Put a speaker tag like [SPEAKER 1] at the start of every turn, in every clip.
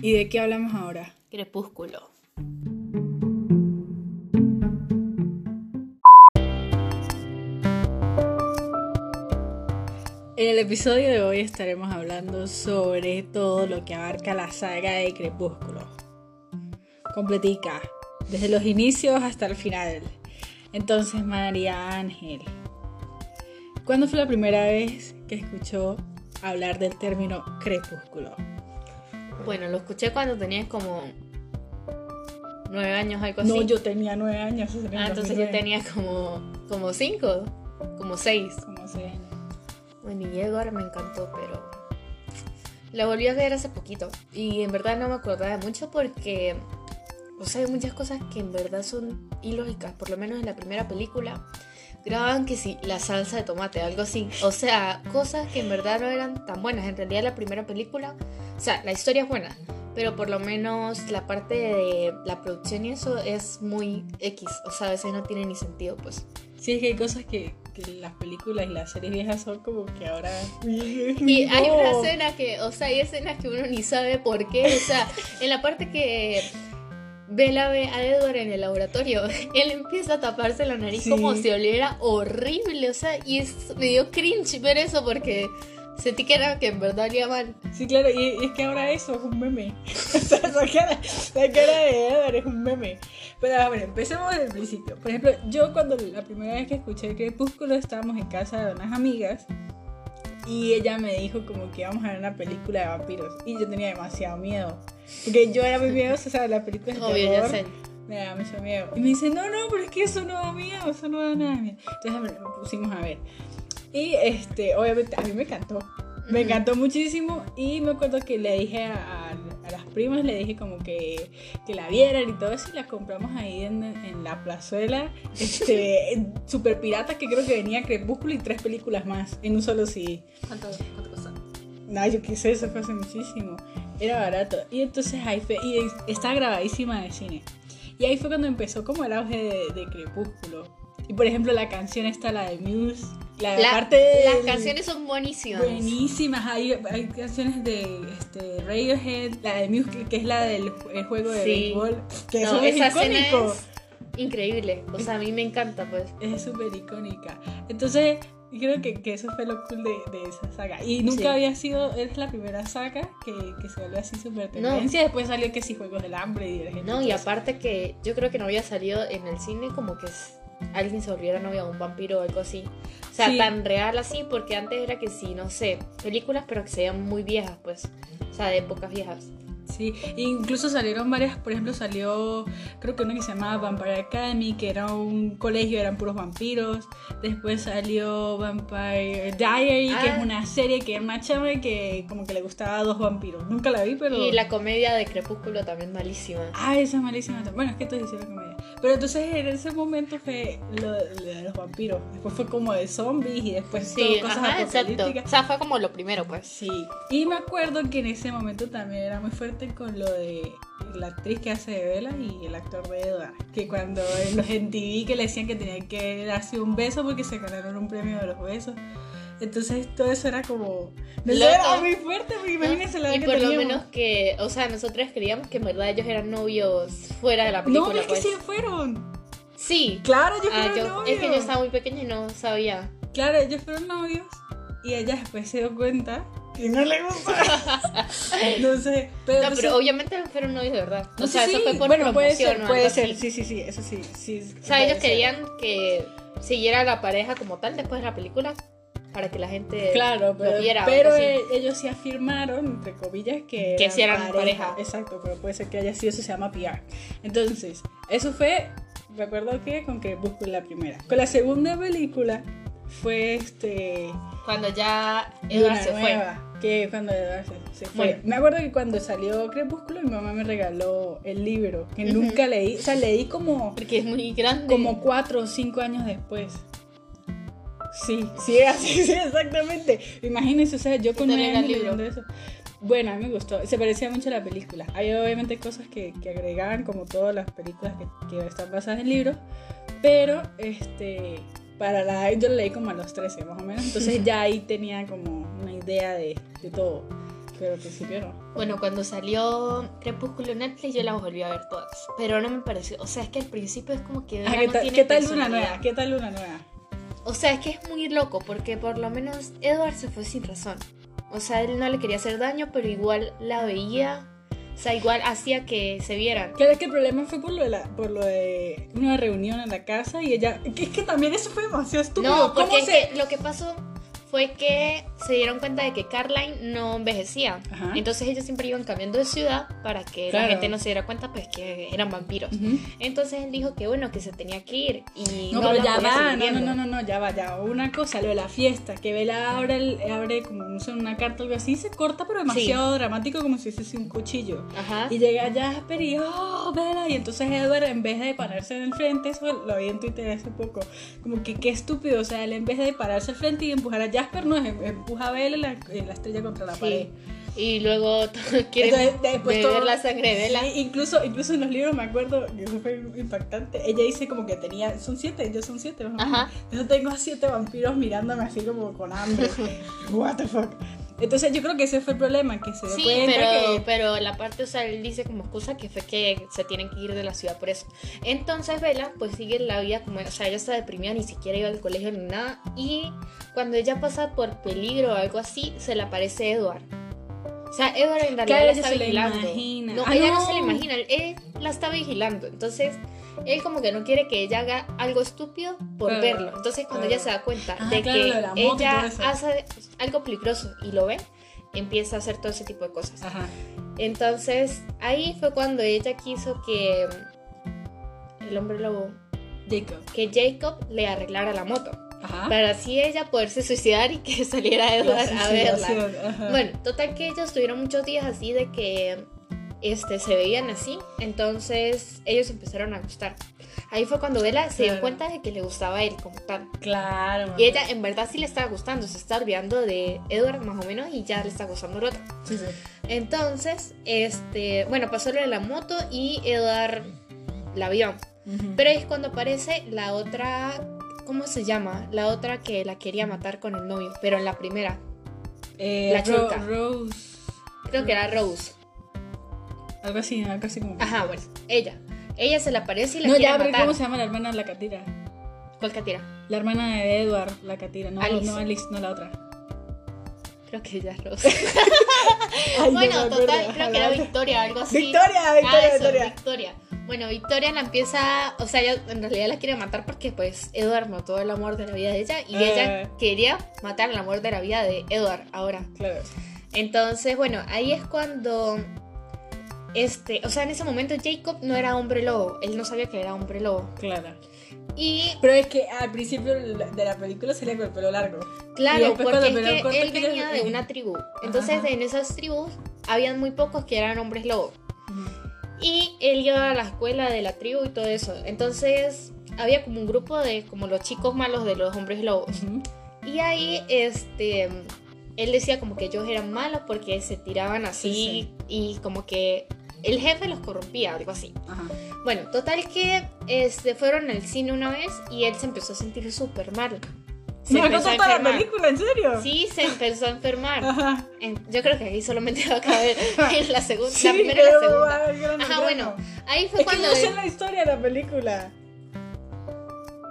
[SPEAKER 1] ¿Y de qué hablamos ahora?
[SPEAKER 2] Crepúsculo.
[SPEAKER 1] En el episodio de hoy estaremos hablando sobre todo lo que abarca la saga de Crepúsculo. Completica, desde los inicios hasta el final. Entonces, María Ángel, ¿cuándo fue la primera vez que escuchó hablar del término crepúsculo?
[SPEAKER 2] Bueno, lo escuché cuando tenías como nueve años, algo así.
[SPEAKER 1] No, yo tenía nueve años. eso era en
[SPEAKER 2] Pues ah, entonces yo
[SPEAKER 1] 2009.
[SPEAKER 2] tenía como, como cinco, como seis.
[SPEAKER 1] Como seis años.
[SPEAKER 2] Bueno, y ahora me encantó, pero la volví a ver hace poquito. Y en verdad no me acordaba mucho porque, o sea, hay muchas cosas que en verdad son ilógicas. Por lo menos en la primera película grababan que sí, la salsa de tomate, algo así. O sea, cosas que en verdad no eran tan buenas. En realidad la primera película, o sea, la historia es buena. Pero por lo menos la parte de la producción y eso es muy X. O sea, a veces no tiene ni sentido, pues.
[SPEAKER 1] Sí, es que hay cosas que, que las películas y las series viejas son como que ahora...
[SPEAKER 2] Y
[SPEAKER 1] Y
[SPEAKER 2] hay una escena que, o sea, hay escenas que uno ni sabe por qué. O sea, en la parte que Bella ve a Edward en el laboratorio, él empieza a taparse la nariz
[SPEAKER 1] Sí.
[SPEAKER 2] como si oliera horrible. O sea, y es, me dio cringe ver eso porque sentí que era que en verdad olía mal.
[SPEAKER 1] Sí, claro, y, y es que ahora eso es un meme. o sea, esa cara, la cara de Edward es un meme. Pero a ver, empecemos desde el principio. Por ejemplo, yo cuando la primera vez que escuché Crepúsculo estábamos en casa de unas amigas y ella me dijo como que íbamos a ver una película de vampiros y yo tenía demasiado miedo. Porque yo era muy miedosa, o sea, las películas de
[SPEAKER 2] Obvio, ya
[SPEAKER 1] terror
[SPEAKER 2] sé.
[SPEAKER 1] me da mucho miedo. Y me dice, no, no, pero es que eso no da miedo, eso no da nada de miedo. Entonces me lo pusimos a ver. Y este, obviamente, a mí me encantó. Me
[SPEAKER 2] Ujú.
[SPEAKER 1] encantó muchísimo y me acuerdo que le dije a, a- a las primas, le dije como que, que la vieran y todo eso y la compramos ahí en, en la plazuela, este, en super pirata que creo que venía Crepúsculo y tres películas más en un solo CD.
[SPEAKER 2] ¿Cuánto, cuánto costó?
[SPEAKER 1] No, yo qué sé, eso fue hace muchísimo. Era barato. Y entonces ahí fue, y es- estaba grabadísima de cine. Y ahí fue cuando empezó como el auge de, de Crepúsculo. Y por ejemplo la canción está la de Muse, la,
[SPEAKER 2] La-
[SPEAKER 1] parte de...
[SPEAKER 2] Las canciones son buenísimas.
[SPEAKER 1] Buenísimas, hay, hay canciones de este, Radiohead, la de Muse, que- que es la del ju- el juego de
[SPEAKER 2] Sí.
[SPEAKER 1] béisbol, que
[SPEAKER 2] No,
[SPEAKER 1] eso es
[SPEAKER 2] esa escena
[SPEAKER 1] icónico.
[SPEAKER 2] es increíble. O sea, a mí me encanta, pues.
[SPEAKER 1] Es súper icónica. Entonces, creo que, que eso fue lo cool de, de esa saga. Y nunca
[SPEAKER 2] Sí.
[SPEAKER 1] había sido, es la primera saga que, que se vuelve así súper tendencia. Después salió que sí, Juegos del Hambre y Divergente.
[SPEAKER 2] No, y
[SPEAKER 1] todo eso.
[SPEAKER 2] aparte que yo creo que no había salido en el cine como que s- alguien se volviera novia de un vampiro o algo así. O sea,
[SPEAKER 1] Sí.
[SPEAKER 2] tan real así, porque antes era que sí, no sé, películas pero que se veían muy viejas, pues. O sea, de épocas viejas.
[SPEAKER 1] Sí, e incluso salieron varias, por ejemplo, salió, creo que una que se llamaba Vampire Academy, que era un colegio, eran puros vampiros. Después salió Vampire Diary, que
[SPEAKER 2] Ah.
[SPEAKER 1] es una serie que es una chama que como que le gustaba a dos vampiros. Nunca la vi, pero...
[SPEAKER 2] Y la comedia de Crepúsculo también malísima.
[SPEAKER 1] Ah, esa es malísima. Bueno, es que todos hicieron comedia. Pero entonces en ese momento fue lo, lo de los vampiros. Después fue como de zombies y después
[SPEAKER 2] Sí,
[SPEAKER 1] todo cosas
[SPEAKER 2] ajá, exacto.
[SPEAKER 1] apocalípticas.
[SPEAKER 2] O sea, fue como lo primero, pues.
[SPEAKER 1] Sí. Y me acuerdo que en ese momento también era muy fuerte con lo de la actriz que hace de Vela y el actor de Edward. Que cuando en los MTV que le decían que tenían que darse un beso porque se ganaron un premio de los besos. Entonces todo eso era como... No sé,
[SPEAKER 2] Loco.
[SPEAKER 1] era muy fuerte, porque imagínense la edad
[SPEAKER 2] y
[SPEAKER 1] que
[SPEAKER 2] por lo
[SPEAKER 1] teníamos.
[SPEAKER 2] menos que, o sea, nosotros creíamos que en verdad ellos eran novios fuera de la
[SPEAKER 1] No,
[SPEAKER 2] película.
[SPEAKER 1] pero es que
[SPEAKER 2] pues.
[SPEAKER 1] sí fueron.
[SPEAKER 2] sí.
[SPEAKER 1] Claro, yo
[SPEAKER 2] Ah,
[SPEAKER 1] fueron
[SPEAKER 2] yo- es que yo
[SPEAKER 1] novios.
[SPEAKER 2] estaba muy pequeña y no sabía.
[SPEAKER 1] Claro, ellos fueron novios y ella después se dio cuenta que no le gustó. no sé, pero,
[SPEAKER 2] No,
[SPEAKER 1] no
[SPEAKER 2] pero
[SPEAKER 1] sé-
[SPEAKER 2] obviamente fueron novios de verdad.
[SPEAKER 1] no
[SPEAKER 2] o
[SPEAKER 1] sé,
[SPEAKER 2] sea, eso
[SPEAKER 1] sí.
[SPEAKER 2] fue por
[SPEAKER 1] bueno, puede
[SPEAKER 2] promoción
[SPEAKER 1] ser,
[SPEAKER 2] o
[SPEAKER 1] puede
[SPEAKER 2] algo
[SPEAKER 1] ser,
[SPEAKER 2] así.
[SPEAKER 1] sí, sí, sí, eso sí, sí.
[SPEAKER 2] O sea, ellos
[SPEAKER 1] puede ser.
[SPEAKER 2] querían que siguiera la pareja como tal después de la película para que la gente
[SPEAKER 1] Claro, pero,
[SPEAKER 2] lo viera. o
[SPEAKER 1] pero
[SPEAKER 2] algo así.
[SPEAKER 1] eh, ellos sí afirmaron, entre comillas, que,
[SPEAKER 2] Que sí eran pareja.
[SPEAKER 1] Exacto, pero puede ser que haya sido, eso se llama PR. Entonces, eso fue, me acuerdo que con que busco la primera. Con la segunda película fue este...
[SPEAKER 2] cuando ya
[SPEAKER 1] Luna
[SPEAKER 2] Edward se fue.
[SPEAKER 1] Nueva, que cuando Edward se, se fue.
[SPEAKER 2] Bueno.
[SPEAKER 1] Me acuerdo que cuando salió Crepúsculo, mi mamá me regaló el libro, que
[SPEAKER 2] Ujú.
[SPEAKER 1] nunca leí. O sea, leí como,
[SPEAKER 2] Porque es muy grande.
[SPEAKER 1] como cuatro o cinco años después. Sí, sí, así, sí, exactamente. Imagínense, o sea, yo con
[SPEAKER 2] te
[SPEAKER 1] nueve
[SPEAKER 2] leerá el
[SPEAKER 1] años
[SPEAKER 2] libro?
[SPEAKER 1] leyendo eso. Bueno, a mí me gustó. Se parecía mucho a la película. Hay obviamente cosas que, que agregaban, como todas las películas que, que están basadas en libros. Pero, este, para la yo la leí como a los 13 más o menos. Entonces ya ahí tenía como una idea de, de todo. Pero al principio no.
[SPEAKER 2] Bueno, cuando salió Crepúsculo en Netflix, yo las volví a ver todas. Pero no me pareció. O sea, es que al principio es como que.
[SPEAKER 1] Ah,
[SPEAKER 2] Dora
[SPEAKER 1] ¿qué,
[SPEAKER 2] no
[SPEAKER 1] tal-
[SPEAKER 2] tiene
[SPEAKER 1] ¿Qué tal Luna
[SPEAKER 2] personalidad.
[SPEAKER 1] Nueva? ¿Qué tal Luna Nueva?
[SPEAKER 2] O sea, es que es muy loco, porque por lo menos Edward se fue sin razón. O sea, él no le quería hacer daño, pero igual la veía. O sea, igual hacía que se vieran.
[SPEAKER 1] Claro es que el problema fue por lo de, la, por lo de una reunión en la casa y ella... que Es que también eso fue demasiado estúpido.
[SPEAKER 2] No,
[SPEAKER 1] ¿Cómo
[SPEAKER 2] porque es
[SPEAKER 1] se...?
[SPEAKER 2] que lo que pasó fue que se dieron cuenta de que Caroline no envejecía.
[SPEAKER 1] Ajá.
[SPEAKER 2] Entonces ellos siempre iban cambiando de ciudad para que
[SPEAKER 1] Claro.
[SPEAKER 2] la gente no se diera cuenta pues que eran vampiros.
[SPEAKER 1] Ujú.
[SPEAKER 2] Entonces él dijo que bueno, que se tenía que ir y
[SPEAKER 1] No,
[SPEAKER 2] no,
[SPEAKER 1] pero
[SPEAKER 2] la
[SPEAKER 1] ya
[SPEAKER 2] podía
[SPEAKER 1] va,
[SPEAKER 2] seguir
[SPEAKER 1] no, no,
[SPEAKER 2] viendo.
[SPEAKER 1] no, no, no, ya va, ya. va. Una cosa, lo de la fiesta, que Vela abre, el- abre como no sé, una carta o algo así, se corta, pero demasiado dramático, como si fuese un cuchillo.
[SPEAKER 2] Ajá.
[SPEAKER 1] Y llega Jasper y, oh, Vela. Y entonces Edward, en vez de pararse en el frente, eso lo vi en Twitter hace poco, como que qué estúpido. O sea, él en vez de pararse al frente y empujar a Jasper, no, em- empuja a Vela y la, y la estrella contra la
[SPEAKER 2] Sí.
[SPEAKER 1] pared.
[SPEAKER 2] Y luego quiere
[SPEAKER 1] Entonces, después
[SPEAKER 2] beber
[SPEAKER 1] todo-
[SPEAKER 2] la sangre de Bella.
[SPEAKER 1] Sí, incluso, incluso en los libros me acuerdo que eso fue impactante. Ella dice como que tenía, son siete, yo son siete. ¿no?
[SPEAKER 2] Ajá.
[SPEAKER 1] Yo tengo a siete vampiros mirándome así como con hambre. What the fuck. Entonces yo creo que ese fue el problema, que se dio
[SPEAKER 2] Sí,
[SPEAKER 1] cuenta
[SPEAKER 2] pero,
[SPEAKER 1] que...
[SPEAKER 2] pero la parte, o sea, él dice como excusa que fue que se tienen que ir de la ciudad por eso. Entonces Vela pues sigue la vida como, o sea, ella está deprimida, ni siquiera iba al colegio ni nada. Y cuando ella pasa por peligro o algo así, se le aparece Edward. O sea, Edward en realidad
[SPEAKER 1] Claro,
[SPEAKER 2] la
[SPEAKER 1] ella
[SPEAKER 2] está
[SPEAKER 1] se la
[SPEAKER 2] vigilando.
[SPEAKER 1] imagina.
[SPEAKER 2] No,
[SPEAKER 1] Ah,
[SPEAKER 2] ella no.
[SPEAKER 1] no.
[SPEAKER 2] se la imagina, él la está vigilando. Entonces, él como que no quiere que ella haga algo estúpido por
[SPEAKER 1] Claro,
[SPEAKER 2] verlo. Entonces, cuando
[SPEAKER 1] claro.
[SPEAKER 2] ella se da cuenta
[SPEAKER 1] Ah,
[SPEAKER 2] de
[SPEAKER 1] claro,
[SPEAKER 2] que
[SPEAKER 1] lo de la moto y
[SPEAKER 2] ella
[SPEAKER 1] todo eso.
[SPEAKER 2] hace algo peligroso y lo ve, empieza a hacer todo ese tipo de cosas.
[SPEAKER 1] Ajá.
[SPEAKER 2] Entonces, ahí fue cuando ella quiso que mm, el hombre lobo,
[SPEAKER 1] Jacob.
[SPEAKER 2] que Jacob le arreglara la moto.
[SPEAKER 1] Ajá.
[SPEAKER 2] Para así ella poderse suicidar y que saliera
[SPEAKER 1] Ah. La
[SPEAKER 2] Edward a verla.
[SPEAKER 1] suicidación, ajá.
[SPEAKER 2] Bueno, total que ellos tuvieron muchos días así de que este, se veían así. Entonces, ellos empezaron a gustar. Ahí fue cuando Bella se
[SPEAKER 1] Claro. Ah.
[SPEAKER 2] dio cuenta de que le gustaba él como tal.
[SPEAKER 1] Claro.
[SPEAKER 2] Y ella en verdad sí le estaba gustando, se está olvidando de Edward más o menos y ya le está gustando el otro.
[SPEAKER 1] Sí, sí.
[SPEAKER 2] Entonces, este, bueno, pasó lo de la moto y Edward la vio.
[SPEAKER 1] Ujú.
[SPEAKER 2] Pero es cuando aparece la otra, ¿cómo se llama? La otra que la quería matar con el novio, pero en la primera.
[SPEAKER 1] Eh,
[SPEAKER 2] la
[SPEAKER 1] Ro-
[SPEAKER 2] chulca.
[SPEAKER 1] Rose.
[SPEAKER 2] Creo que era Rose.
[SPEAKER 1] Algo así, algo así como...
[SPEAKER 2] Ajá, bueno, ella. Ella se le aparece y la
[SPEAKER 1] No,
[SPEAKER 2] quiere
[SPEAKER 1] ya, pero
[SPEAKER 2] matar.
[SPEAKER 1] ¿cómo se llama la hermana de la catira?
[SPEAKER 2] ¿Cuál catira?
[SPEAKER 1] La hermana de Edward, la catira. No,
[SPEAKER 2] Alice.
[SPEAKER 1] no, Alice, no la otra.
[SPEAKER 2] Creo que ella es Rose.
[SPEAKER 1] Ay, no me
[SPEAKER 2] bueno,
[SPEAKER 1] acuerdo.
[SPEAKER 2] total, creo que era
[SPEAKER 1] Ojalá.
[SPEAKER 2] Victoria, algo así.
[SPEAKER 1] Victoria, Victoria,
[SPEAKER 2] Ah, eso,
[SPEAKER 1] Victoria.
[SPEAKER 2] Victoria. Bueno, Victoria la empieza, o sea, ella en realidad la quiere matar porque pues Edward mató el amor de la vida de ella y
[SPEAKER 1] Eh.
[SPEAKER 2] ella quería matar el amor de la vida de Edward ahora.
[SPEAKER 1] Claro.
[SPEAKER 2] Entonces, bueno, ahí es cuando este, o sea, en ese momento Jacob no era hombre lobo, él no sabía que era hombre lobo.
[SPEAKER 1] Claro.
[SPEAKER 2] Y
[SPEAKER 1] Pero es que al principio de la película se le con el pelo largo. Y
[SPEAKER 2] claro,
[SPEAKER 1] después cuando
[SPEAKER 2] porque
[SPEAKER 1] me lo
[SPEAKER 2] es
[SPEAKER 1] cortan,
[SPEAKER 2] que él
[SPEAKER 1] que ellos-
[SPEAKER 2] venía de una tribu. Entonces,
[SPEAKER 1] Ajá.
[SPEAKER 2] en esas tribus habían muy pocos que eran hombres lobo. Y él iba a la escuela de la tribu y todo eso. Entonces había como un grupo de como los chicos malos de los hombres lobos.
[SPEAKER 1] Ujú.
[SPEAKER 2] Y ahí este él decía como que ellos eran malos porque se tiraban así
[SPEAKER 1] Sí,
[SPEAKER 2] y como que el jefe los corrompía, algo así.
[SPEAKER 1] Ajá.
[SPEAKER 2] Bueno, total que este, fueron al cine una vez y él se empezó a sentir súper mal. Se
[SPEAKER 1] Me
[SPEAKER 2] empezó a
[SPEAKER 1] acordó toda la
[SPEAKER 2] enfermar.
[SPEAKER 1] película, ¿en serio?
[SPEAKER 2] Sí, se empezó a enfermar.
[SPEAKER 1] Ajá.
[SPEAKER 2] En- yo creo que ahí solamente va a caber en la segunda,
[SPEAKER 1] Sí,
[SPEAKER 2] la primera y la
[SPEAKER 1] pero
[SPEAKER 2] segunda.
[SPEAKER 1] va al grano,
[SPEAKER 2] Ajá,
[SPEAKER 1] al
[SPEAKER 2] bueno,
[SPEAKER 1] grano.
[SPEAKER 2] Ahí fue
[SPEAKER 1] Es que
[SPEAKER 2] cuando
[SPEAKER 1] no
[SPEAKER 2] él-
[SPEAKER 1] sé la historia de la película.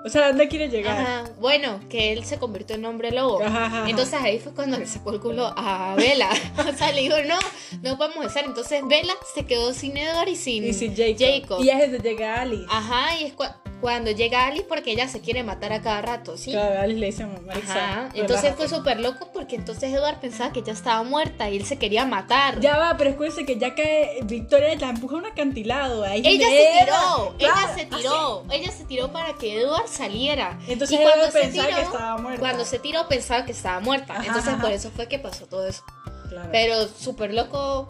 [SPEAKER 1] O sea, ¿dónde quiere llegar?
[SPEAKER 2] Ajá, bueno, que él se convirtió en hombre lobo.
[SPEAKER 1] Ajá, ajá, ajá.
[SPEAKER 2] Entonces ahí fue cuando le sacó el culo a Vela. o sea, le dijo, no, no podemos estar. Entonces Vela se quedó sin Edward y sin,
[SPEAKER 1] y si Jacob.
[SPEAKER 2] mm, Jacob. Ah,
[SPEAKER 1] Y es donde llega Alice.
[SPEAKER 2] Ajá, y es cua- cuando llega Alice porque ella se quiere matar a cada rato, ¿sí?
[SPEAKER 1] Claro, Alice le dice mamá.
[SPEAKER 2] Ajá,
[SPEAKER 1] Alexa,
[SPEAKER 2] entonces
[SPEAKER 1] relájate.
[SPEAKER 2] fue súper loco porque entonces Edward pensaba que ya estaba muerta y él se quería matar.
[SPEAKER 1] Ya va, pero acuérdense que ya cae Victoria la empuja a un acantilado. Ahí
[SPEAKER 2] Ella
[SPEAKER 1] mera.
[SPEAKER 2] se tiró,
[SPEAKER 1] Claro,
[SPEAKER 2] ella se
[SPEAKER 1] así.
[SPEAKER 2] tiró, ella se tiró para que Edward saliera.
[SPEAKER 1] Entonces
[SPEAKER 2] Y
[SPEAKER 1] ella
[SPEAKER 2] cuando se
[SPEAKER 1] pensaba que
[SPEAKER 2] tiró,
[SPEAKER 1] estaba muerta.
[SPEAKER 2] Cuando se tiró pensaba que estaba muerta,
[SPEAKER 1] Ajá,
[SPEAKER 2] entonces
[SPEAKER 1] ajá.
[SPEAKER 2] por eso fue que pasó todo eso.
[SPEAKER 1] Claro.
[SPEAKER 2] Pero súper loco,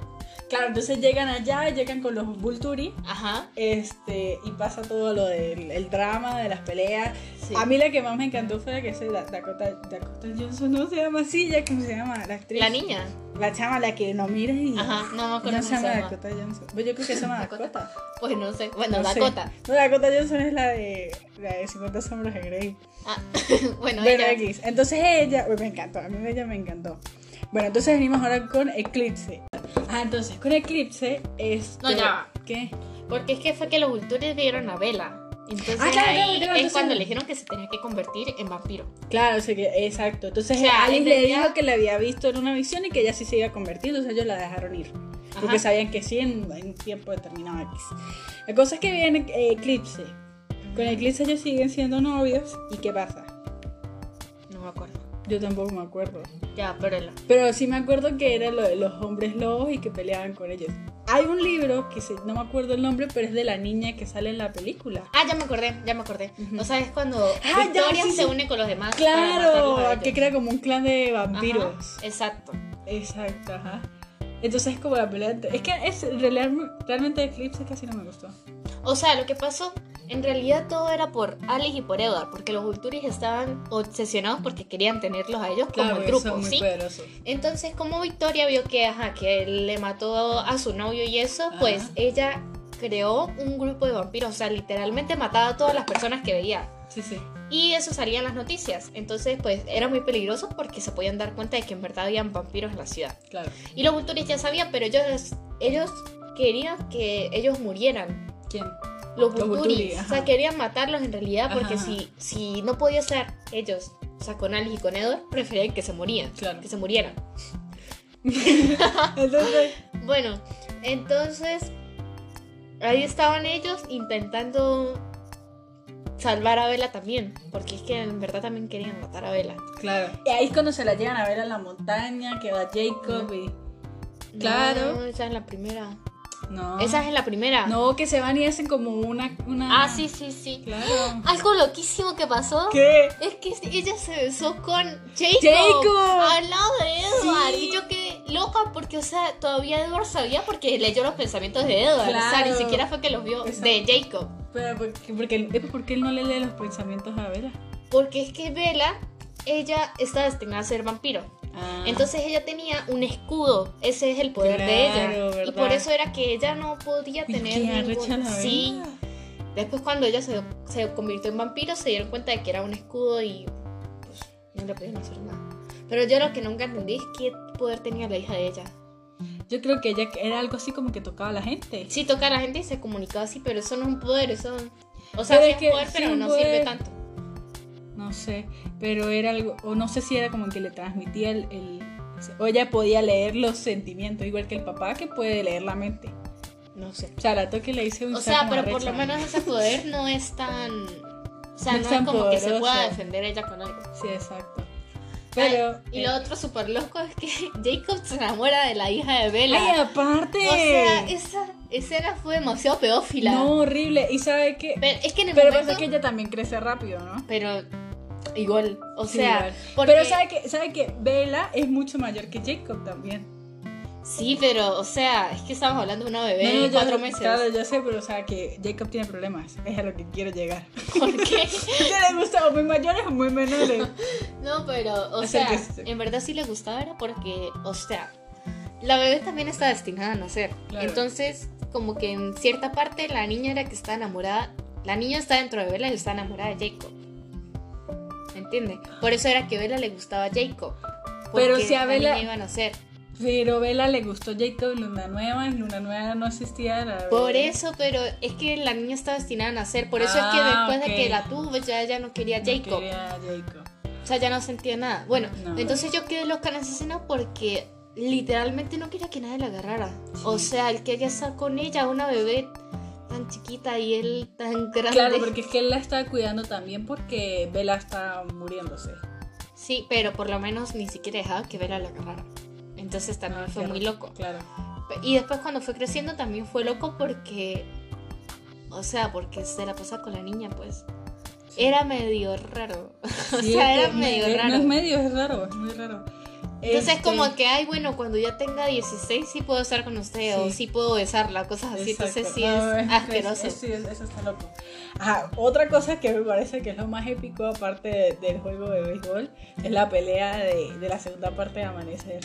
[SPEAKER 1] Claro, entonces llegan allá, llegan con los Vulturi.
[SPEAKER 2] ajá.
[SPEAKER 1] Este, y pasa todo lo del el drama, de las peleas.
[SPEAKER 2] sí.
[SPEAKER 1] A mí la que más me encantó fue la que se Dakota, Dakota Johnson, no se llama así, ya como se llama la actriz.
[SPEAKER 2] La niña,
[SPEAKER 1] La chama, la que no mira y.
[SPEAKER 2] ajá, no me
[SPEAKER 1] No
[SPEAKER 2] acuerdo cómo
[SPEAKER 1] se
[SPEAKER 2] se
[SPEAKER 1] llama
[SPEAKER 2] llama.
[SPEAKER 1] Dakota Johnson. Pues yo creo que se llama
[SPEAKER 2] Dakota.
[SPEAKER 1] Dakota.
[SPEAKER 2] Pues no sé, bueno,
[SPEAKER 1] No sé.
[SPEAKER 2] Dakota.
[SPEAKER 1] No, Dakota Johnson es la de, la de 50 Sombras de Grey.
[SPEAKER 2] Ah,
[SPEAKER 1] Bueno,
[SPEAKER 2] bueno, ella.
[SPEAKER 1] X. Entonces ella, uy, me encantó, a mí ella me encantó. Bueno, entonces venimos ahora con Eclipse. Ah, entonces, con Eclipse es.
[SPEAKER 2] No, ya
[SPEAKER 1] ¿Qué?
[SPEAKER 2] Porque es que fue que los vultures vieron a Vela. Entonces
[SPEAKER 1] Ah, claro,
[SPEAKER 2] ahí
[SPEAKER 1] claro, claro,
[SPEAKER 2] es
[SPEAKER 1] entonces-
[SPEAKER 2] cuando le dijeron que se tenía que convertir en vampiro.
[SPEAKER 1] Claro, o sea que, exacto. Entonces
[SPEAKER 2] O sea,
[SPEAKER 1] Alice le
[SPEAKER 2] entendía-
[SPEAKER 1] dijo que la había visto en una visión y que ella sí se iba a convertir, entonces ellos la dejaron ir. Porque
[SPEAKER 2] Ajá.
[SPEAKER 1] sabían que sí en, en tiempo determinado X. La cosa es que viene eh, Eclipse. Con Eclipse ellos siguen siendo novios. ¿Y qué pasa?
[SPEAKER 2] No me acuerdo.
[SPEAKER 1] Yo tampoco me acuerdo.
[SPEAKER 2] Ya, pero la-
[SPEAKER 1] Pero sí me acuerdo que era lo de los hombres lobos y que peleaban con ellos. Hay un libro que se- no me acuerdo el nombre, pero es de la niña que sale en la película.
[SPEAKER 2] Ah, ya me acordé, ya me acordé.
[SPEAKER 1] Ujú.
[SPEAKER 2] O sea, es cuando
[SPEAKER 1] Ah, ya,
[SPEAKER 2] Victoria
[SPEAKER 1] sí, sí.
[SPEAKER 2] se une con los demás. para matarlos a
[SPEAKER 1] Claro,
[SPEAKER 2] ellos.
[SPEAKER 1] que crea como un clan de
[SPEAKER 2] Ajá,
[SPEAKER 1] vampiros.
[SPEAKER 2] Exacto.
[SPEAKER 1] Exacto, ajá. Entonces es como la pelea. entre- Es que es, real- realmente Eclipse casi no me gustó.
[SPEAKER 2] O sea, lo que pasó, en realidad todo era por Alice y por Edward, porque los Vulturis estaban obsesionados porque querían tenerlos a ellos como el
[SPEAKER 1] porque
[SPEAKER 2] grupo,
[SPEAKER 1] son muy
[SPEAKER 2] ¿sí?
[SPEAKER 1] poderosos.
[SPEAKER 2] Entonces, como Victoria vio que, ajá, que él le mató a su novio y eso,
[SPEAKER 1] Ajá.
[SPEAKER 2] pues ella creó un grupo de vampiros, o sea, literalmente mataba a todas las personas que veía.
[SPEAKER 1] Sí, sí.
[SPEAKER 2] Y eso salía en las noticias. Entonces, pues era muy peligroso porque se podían dar cuenta de que en verdad habían vampiros en la ciudad.
[SPEAKER 1] Claro.
[SPEAKER 2] Y los Vulturis ya sabían, pero ellos, ellos querían que ellos murieran.
[SPEAKER 1] ¿Quién?
[SPEAKER 2] Los
[SPEAKER 1] Los Vulturi,
[SPEAKER 2] Vulturis. O
[SPEAKER 1] ajá.
[SPEAKER 2] sea, querían matarlos en realidad porque
[SPEAKER 1] Ajá.
[SPEAKER 2] si, si no podía ser ellos, o sea, con Alice y con Edward, preferían que se morían.
[SPEAKER 1] Claro.
[SPEAKER 2] Que se murieran.
[SPEAKER 1] Entonces,
[SPEAKER 2] Bueno, entonces ahí estaban ellos intentando salvar a Vela también. Porque es que en verdad también querían matar a Vela.
[SPEAKER 1] claro. Y ahí es cuando se la llevan a ver a la montaña, que va Jacob y. Claro.
[SPEAKER 2] No, esa es la primera.
[SPEAKER 1] No.
[SPEAKER 2] Esa es la primera.
[SPEAKER 1] No, que se van y hacen como una. una...
[SPEAKER 2] Ah, sí, sí, sí.
[SPEAKER 1] Claro.
[SPEAKER 2] Algo loquísimo que pasó.
[SPEAKER 1] ¿Qué?
[SPEAKER 2] Es que ella se besó con Jacob,
[SPEAKER 1] ¡Jacob!
[SPEAKER 2] al lado de Edward.
[SPEAKER 1] Sí.
[SPEAKER 2] Y yo quedé loca porque, o sea, todavía Edward sabía porque leyó los pensamientos de Edward. O sea,
[SPEAKER 1] Claro.
[SPEAKER 2] ni siquiera fue que los vio
[SPEAKER 1] Exacto.
[SPEAKER 2] de Jacob.
[SPEAKER 1] Pero porque, porque, es porque él no le lee los pensamientos a Vera.
[SPEAKER 2] Porque es que Bella, ella está destinada a ser vampiro.
[SPEAKER 1] Ah.
[SPEAKER 2] Entonces ella tenía un escudo. Ese es el poder de ella.
[SPEAKER 1] Claro,
[SPEAKER 2] Y
[SPEAKER 1] ¿verdad?
[SPEAKER 2] por eso era que ella no podía
[SPEAKER 1] Uy,
[SPEAKER 2] tener
[SPEAKER 1] qué
[SPEAKER 2] ningún-
[SPEAKER 1] arrecha la Vera.
[SPEAKER 2] Sí. Después cuando ella se, se convirtió en vampiro se dieron cuenta de que era un escudo y pues no le podían hacer nada. Pero yo lo que nunca entendí es qué poder tenía la hija de ella.
[SPEAKER 1] Yo creo que ella era algo así como que tocaba a la gente.
[SPEAKER 2] Sí toca a la gente y se comunicaba así, pero eso no es un poder, eso... O sea,
[SPEAKER 1] Pero
[SPEAKER 2] sí
[SPEAKER 1] es
[SPEAKER 2] es
[SPEAKER 1] que
[SPEAKER 2] poder,
[SPEAKER 1] sí
[SPEAKER 2] pero
[SPEAKER 1] es un
[SPEAKER 2] no
[SPEAKER 1] poder.
[SPEAKER 2] sirve tanto.
[SPEAKER 1] No sé, pero era algo, o no sé si era como que le transmitía el, el- o ella podía leer los sentimientos, igual que el papá que puede leer la mente.
[SPEAKER 2] No sé.
[SPEAKER 1] O sea, la toque le hice un
[SPEAKER 2] O sea,
[SPEAKER 1] saco
[SPEAKER 2] pero
[SPEAKER 1] arrecha.
[SPEAKER 2] por lo menos ese poder no es tan... O
[SPEAKER 1] No
[SPEAKER 2] sea, no,
[SPEAKER 1] es
[SPEAKER 2] es,
[SPEAKER 1] tan
[SPEAKER 2] como que se pueda
[SPEAKER 1] poderoso.
[SPEAKER 2] defender ella con algo.
[SPEAKER 1] Sí, exacto. Pero. eh,
[SPEAKER 2] Ay, y lo otro súper loco es que Jacob se enamora de la hija de Bella.
[SPEAKER 1] Ay, aparte.
[SPEAKER 2] O sea, esa escena fue demasiado pedófila.
[SPEAKER 1] No, horrible. Y sabe que.
[SPEAKER 2] Pero es que en el
[SPEAKER 1] Pero
[SPEAKER 2] momento...
[SPEAKER 1] pasa que ella también crece rápido, ¿no?
[SPEAKER 2] Pero igual, o
[SPEAKER 1] Sí,
[SPEAKER 2] sea,
[SPEAKER 1] igual.
[SPEAKER 2] porque-
[SPEAKER 1] Pero sabe que, sabe que Bella es mucho mayor que Jacob también.
[SPEAKER 2] sí, pero o sea, es que estamos hablando de una bebé
[SPEAKER 1] No,
[SPEAKER 2] de
[SPEAKER 1] yo-
[SPEAKER 2] cuatro meses.
[SPEAKER 1] Claro, yo sé, pero o sea que Jacob tiene problemas. Es a lo que quiero llegar.
[SPEAKER 2] ¿Por qué?
[SPEAKER 1] ¿Qué le gusta? ¿O muy mayores o muy menores?
[SPEAKER 2] No, pero o sea,
[SPEAKER 1] Acérquese, acérquese.
[SPEAKER 2] en verdad sí le gustaba era porque, o sea, la bebé también está destinada a nacer.
[SPEAKER 1] Claro.
[SPEAKER 2] Entonces, como que en cierta parte la niña era que está enamorada, la niña está dentro de Bella y está enamorada de Jacob. ¿Me entiende? Por eso era que Bella le gustaba a Jacob.
[SPEAKER 1] Pero
[SPEAKER 2] porque
[SPEAKER 1] si a
[SPEAKER 2] la
[SPEAKER 1] Bella-
[SPEAKER 2] niña iba a nacer.
[SPEAKER 1] Pero Bella le gustó Jacob en Luna Nueva. En Luna Nueva no existía la.
[SPEAKER 2] Por eso, pero es que la niña está destinada a nacer. Por eso es que
[SPEAKER 1] Ah,
[SPEAKER 2] después
[SPEAKER 1] ok.
[SPEAKER 2] de que la tuvo, pues, ya ella no quería a
[SPEAKER 1] No
[SPEAKER 2] Jacob.
[SPEAKER 1] quería a Jacob.
[SPEAKER 2] O sea, ya no sentía nada. Bueno,
[SPEAKER 1] No.
[SPEAKER 2] entonces yo quedé loca en esa escena porque literalmente no quería que nadie la agarrara. O sea, el que ella está con ella, una bebé tan chiquita y él tan grande.
[SPEAKER 1] Claro, porque es que él la estaba cuidando también porque Bella está muriéndose.
[SPEAKER 2] Sí, pero por lo menos ni siquiera dejaba que Vera la agarrara. Entonces también
[SPEAKER 1] Ah,
[SPEAKER 2] fue
[SPEAKER 1] qué
[SPEAKER 2] muy
[SPEAKER 1] raro.
[SPEAKER 2] loco.
[SPEAKER 1] Claro.
[SPEAKER 2] Y después cuando fue creciendo también fue loco porque... O sea, porque se la pasa con la niña, pues. Era medio raro. O
[SPEAKER 1] Sí,
[SPEAKER 2] sea,
[SPEAKER 1] es
[SPEAKER 2] era
[SPEAKER 1] que
[SPEAKER 2] medio
[SPEAKER 1] me-
[SPEAKER 2] raro.
[SPEAKER 1] No es medio, es raro, es muy raro.
[SPEAKER 2] Entonces
[SPEAKER 1] Este,
[SPEAKER 2] como que, ay, bueno, cuando ya tenga 16 sí puedo estar con usted o
[SPEAKER 1] Sí.
[SPEAKER 2] sí puedo besarla, cosas así.
[SPEAKER 1] exacto.
[SPEAKER 2] Entonces sí
[SPEAKER 1] No,
[SPEAKER 2] es asqueroso.
[SPEAKER 1] es- sí, es- eso está loco. Ajá, otra cosa que me parece que es lo más épico, aparte de- del juego de béisbol, es la pelea de, de la segunda parte de Amanecer.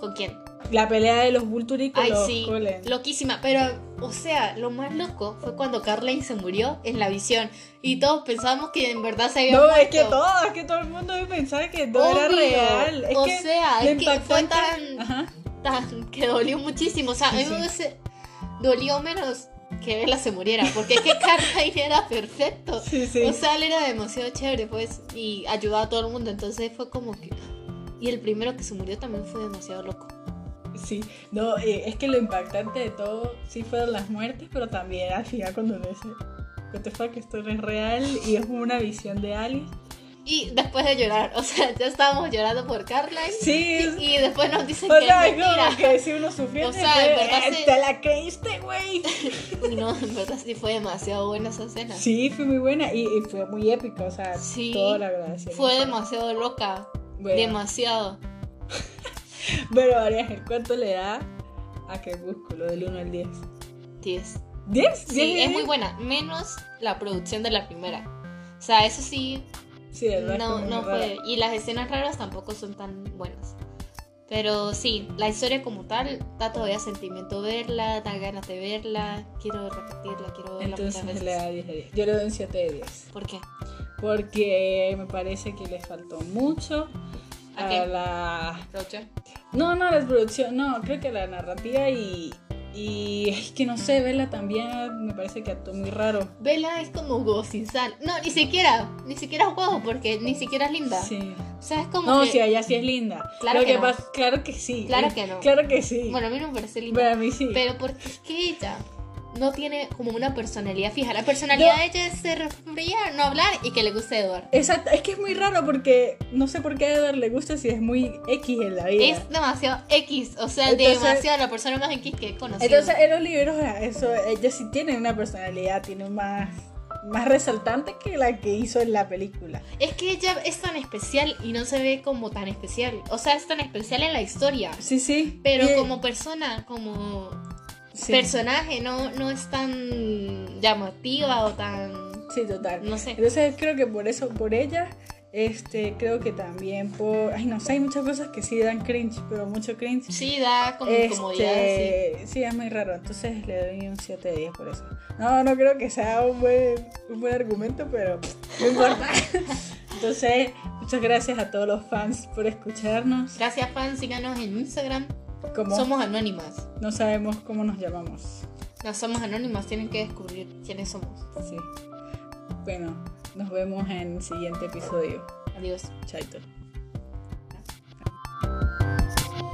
[SPEAKER 2] ¿Con quién?
[SPEAKER 1] La pelea de los Vulturi con
[SPEAKER 2] Ay,
[SPEAKER 1] los
[SPEAKER 2] sí,
[SPEAKER 1] Cullen.
[SPEAKER 2] loquísima. Pero, o sea, lo más loco fue cuando Carlyle se murió en la visión. Y todos pensábamos que en verdad se había
[SPEAKER 1] No,
[SPEAKER 2] muerto.
[SPEAKER 1] es que todo, es que todo el mundo pensaba que no era
[SPEAKER 2] Obvio.
[SPEAKER 1] real. Es
[SPEAKER 2] o
[SPEAKER 1] que
[SPEAKER 2] sea,
[SPEAKER 1] lo
[SPEAKER 2] es que fue
[SPEAKER 1] impactante-
[SPEAKER 2] tan,
[SPEAKER 1] Ajá.
[SPEAKER 2] tan- que dolió muchísimo. O sea, a mí
[SPEAKER 1] Sí,
[SPEAKER 2] me
[SPEAKER 1] sí.
[SPEAKER 2] hubiese dolido menos que Bella se muriera. Porque es que Carlyle era perfecto.
[SPEAKER 1] Sí, sí.
[SPEAKER 2] O sea, él era demasiado chévere, pues, y ayudaba a todo el mundo. Entonces fue como que. Y el primero que se murió también fue demasiado loco.
[SPEAKER 1] Sí, no, eh, es que lo impactante de todo sí fueron las muertes, pero también al final cuando uno dice, what the fuck, esto no es real y es una visión de Alice.
[SPEAKER 2] Y después de llorar, o sea, ya estábamos llorando por Carlyle.
[SPEAKER 1] Sí, es-
[SPEAKER 2] Y, y después nos dicen
[SPEAKER 1] o
[SPEAKER 2] que
[SPEAKER 1] sea,
[SPEAKER 2] es
[SPEAKER 1] es como
[SPEAKER 2] mentira.
[SPEAKER 1] que si uno sufrió,
[SPEAKER 2] O sea, en verdad se-
[SPEAKER 1] eh, te la creíste, güey.
[SPEAKER 2] Uy, no, en verdad sí fue demasiado buena esa escena.
[SPEAKER 1] Sí, fue muy buena y, y fue muy épico, o sea,
[SPEAKER 2] Sí,
[SPEAKER 1] toda la gracia.
[SPEAKER 2] Fue demasiado loca. Demasiado.
[SPEAKER 1] Pero Ariel, ¿cuánto le da a qué músculo del 1 al 10?
[SPEAKER 2] 10.
[SPEAKER 1] ¿10?
[SPEAKER 2] Sí, es muy buena. Menos la producción de la primera. O sea, eso sí,
[SPEAKER 1] Sí, de verdad,
[SPEAKER 2] No,
[SPEAKER 1] como
[SPEAKER 2] no
[SPEAKER 1] rara.
[SPEAKER 2] fue. Y las escenas raras tampoco son tan buenas. Pero sí, la historia como tal, da todavía sentimiento verla, da ganas de verla, quiero repetirla, quiero verla
[SPEAKER 1] Entonces
[SPEAKER 2] muchas
[SPEAKER 1] le
[SPEAKER 2] veces.
[SPEAKER 1] da 10 de 10. Yo le doy un 7 de 10.
[SPEAKER 2] ¿Por qué?
[SPEAKER 1] porque me parece que les faltó mucho a,
[SPEAKER 2] ¿A qué?
[SPEAKER 1] la...
[SPEAKER 2] ¿Rocha?
[SPEAKER 1] No, no, la producción, no, creo que a la narrativa y... Y es que no sé, Vela también me parece que actuó muy raro.
[SPEAKER 2] Vela es como Hugo sin sal. No, ni siquiera, ni siquiera es Hugo, porque ni siquiera es linda.
[SPEAKER 1] Sí.
[SPEAKER 2] O sea, es como
[SPEAKER 1] No,
[SPEAKER 2] que...
[SPEAKER 1] sí, ella sí es linda.
[SPEAKER 2] Claro
[SPEAKER 1] Lo
[SPEAKER 2] que
[SPEAKER 1] que
[SPEAKER 2] no.
[SPEAKER 1] pasa- claro que sí.
[SPEAKER 2] Claro
[SPEAKER 1] Eh,
[SPEAKER 2] que no.
[SPEAKER 1] Claro que sí.
[SPEAKER 2] Bueno, a mí no me parece linda.
[SPEAKER 1] Para mí sí.
[SPEAKER 2] Pero porque es que ella no tiene como una personalidad fija. La personalidad
[SPEAKER 1] No.
[SPEAKER 2] de ella es ser fría, no hablar y que le guste Eduardo.
[SPEAKER 1] Exacto, es que es muy raro porque no sé por qué a Edward le gusta si es muy X en la vida.
[SPEAKER 2] Es demasiado X, o sea,
[SPEAKER 1] Entonces-
[SPEAKER 2] demasiado la persona más X que he conocido.
[SPEAKER 1] Entonces, en los libros, eso, ella sí tiene una personalidad, tiene más, más resaltante que la que hizo en la película.
[SPEAKER 2] es que ella es tan especial y no se ve como tan especial. O sea, es tan especial en la historia.
[SPEAKER 1] Sí, sí.
[SPEAKER 2] Pero
[SPEAKER 1] Y-
[SPEAKER 2] como persona, como
[SPEAKER 1] sí.
[SPEAKER 2] personaje, no, no es tan llamativa o tan.
[SPEAKER 1] Sí, total.
[SPEAKER 2] No sé.
[SPEAKER 1] Entonces creo que por eso, por ella, este, creo que también por. Ay, no sé, hay muchas cosas que sí dan cringe, pero mucho cringe.
[SPEAKER 2] Sí, da como incomodidad. sí.
[SPEAKER 1] Este, sí. es muy raro. Entonces le doy un 7 de 10 por eso. No, no creo que sea un buen, un buen argumento, pero no importa. Entonces, muchas gracias a todos los fans por escucharnos.
[SPEAKER 2] Gracias, fan. Síganos en Instagram.
[SPEAKER 1] Como
[SPEAKER 2] Somos anónimas.
[SPEAKER 1] no sabemos cómo nos llamamos.
[SPEAKER 2] No somos anónimas, tienen que descubrir quiénes somos.
[SPEAKER 1] Sí. Bueno, nos vemos en el siguiente episodio.
[SPEAKER 2] Adiós.
[SPEAKER 1] Chaito.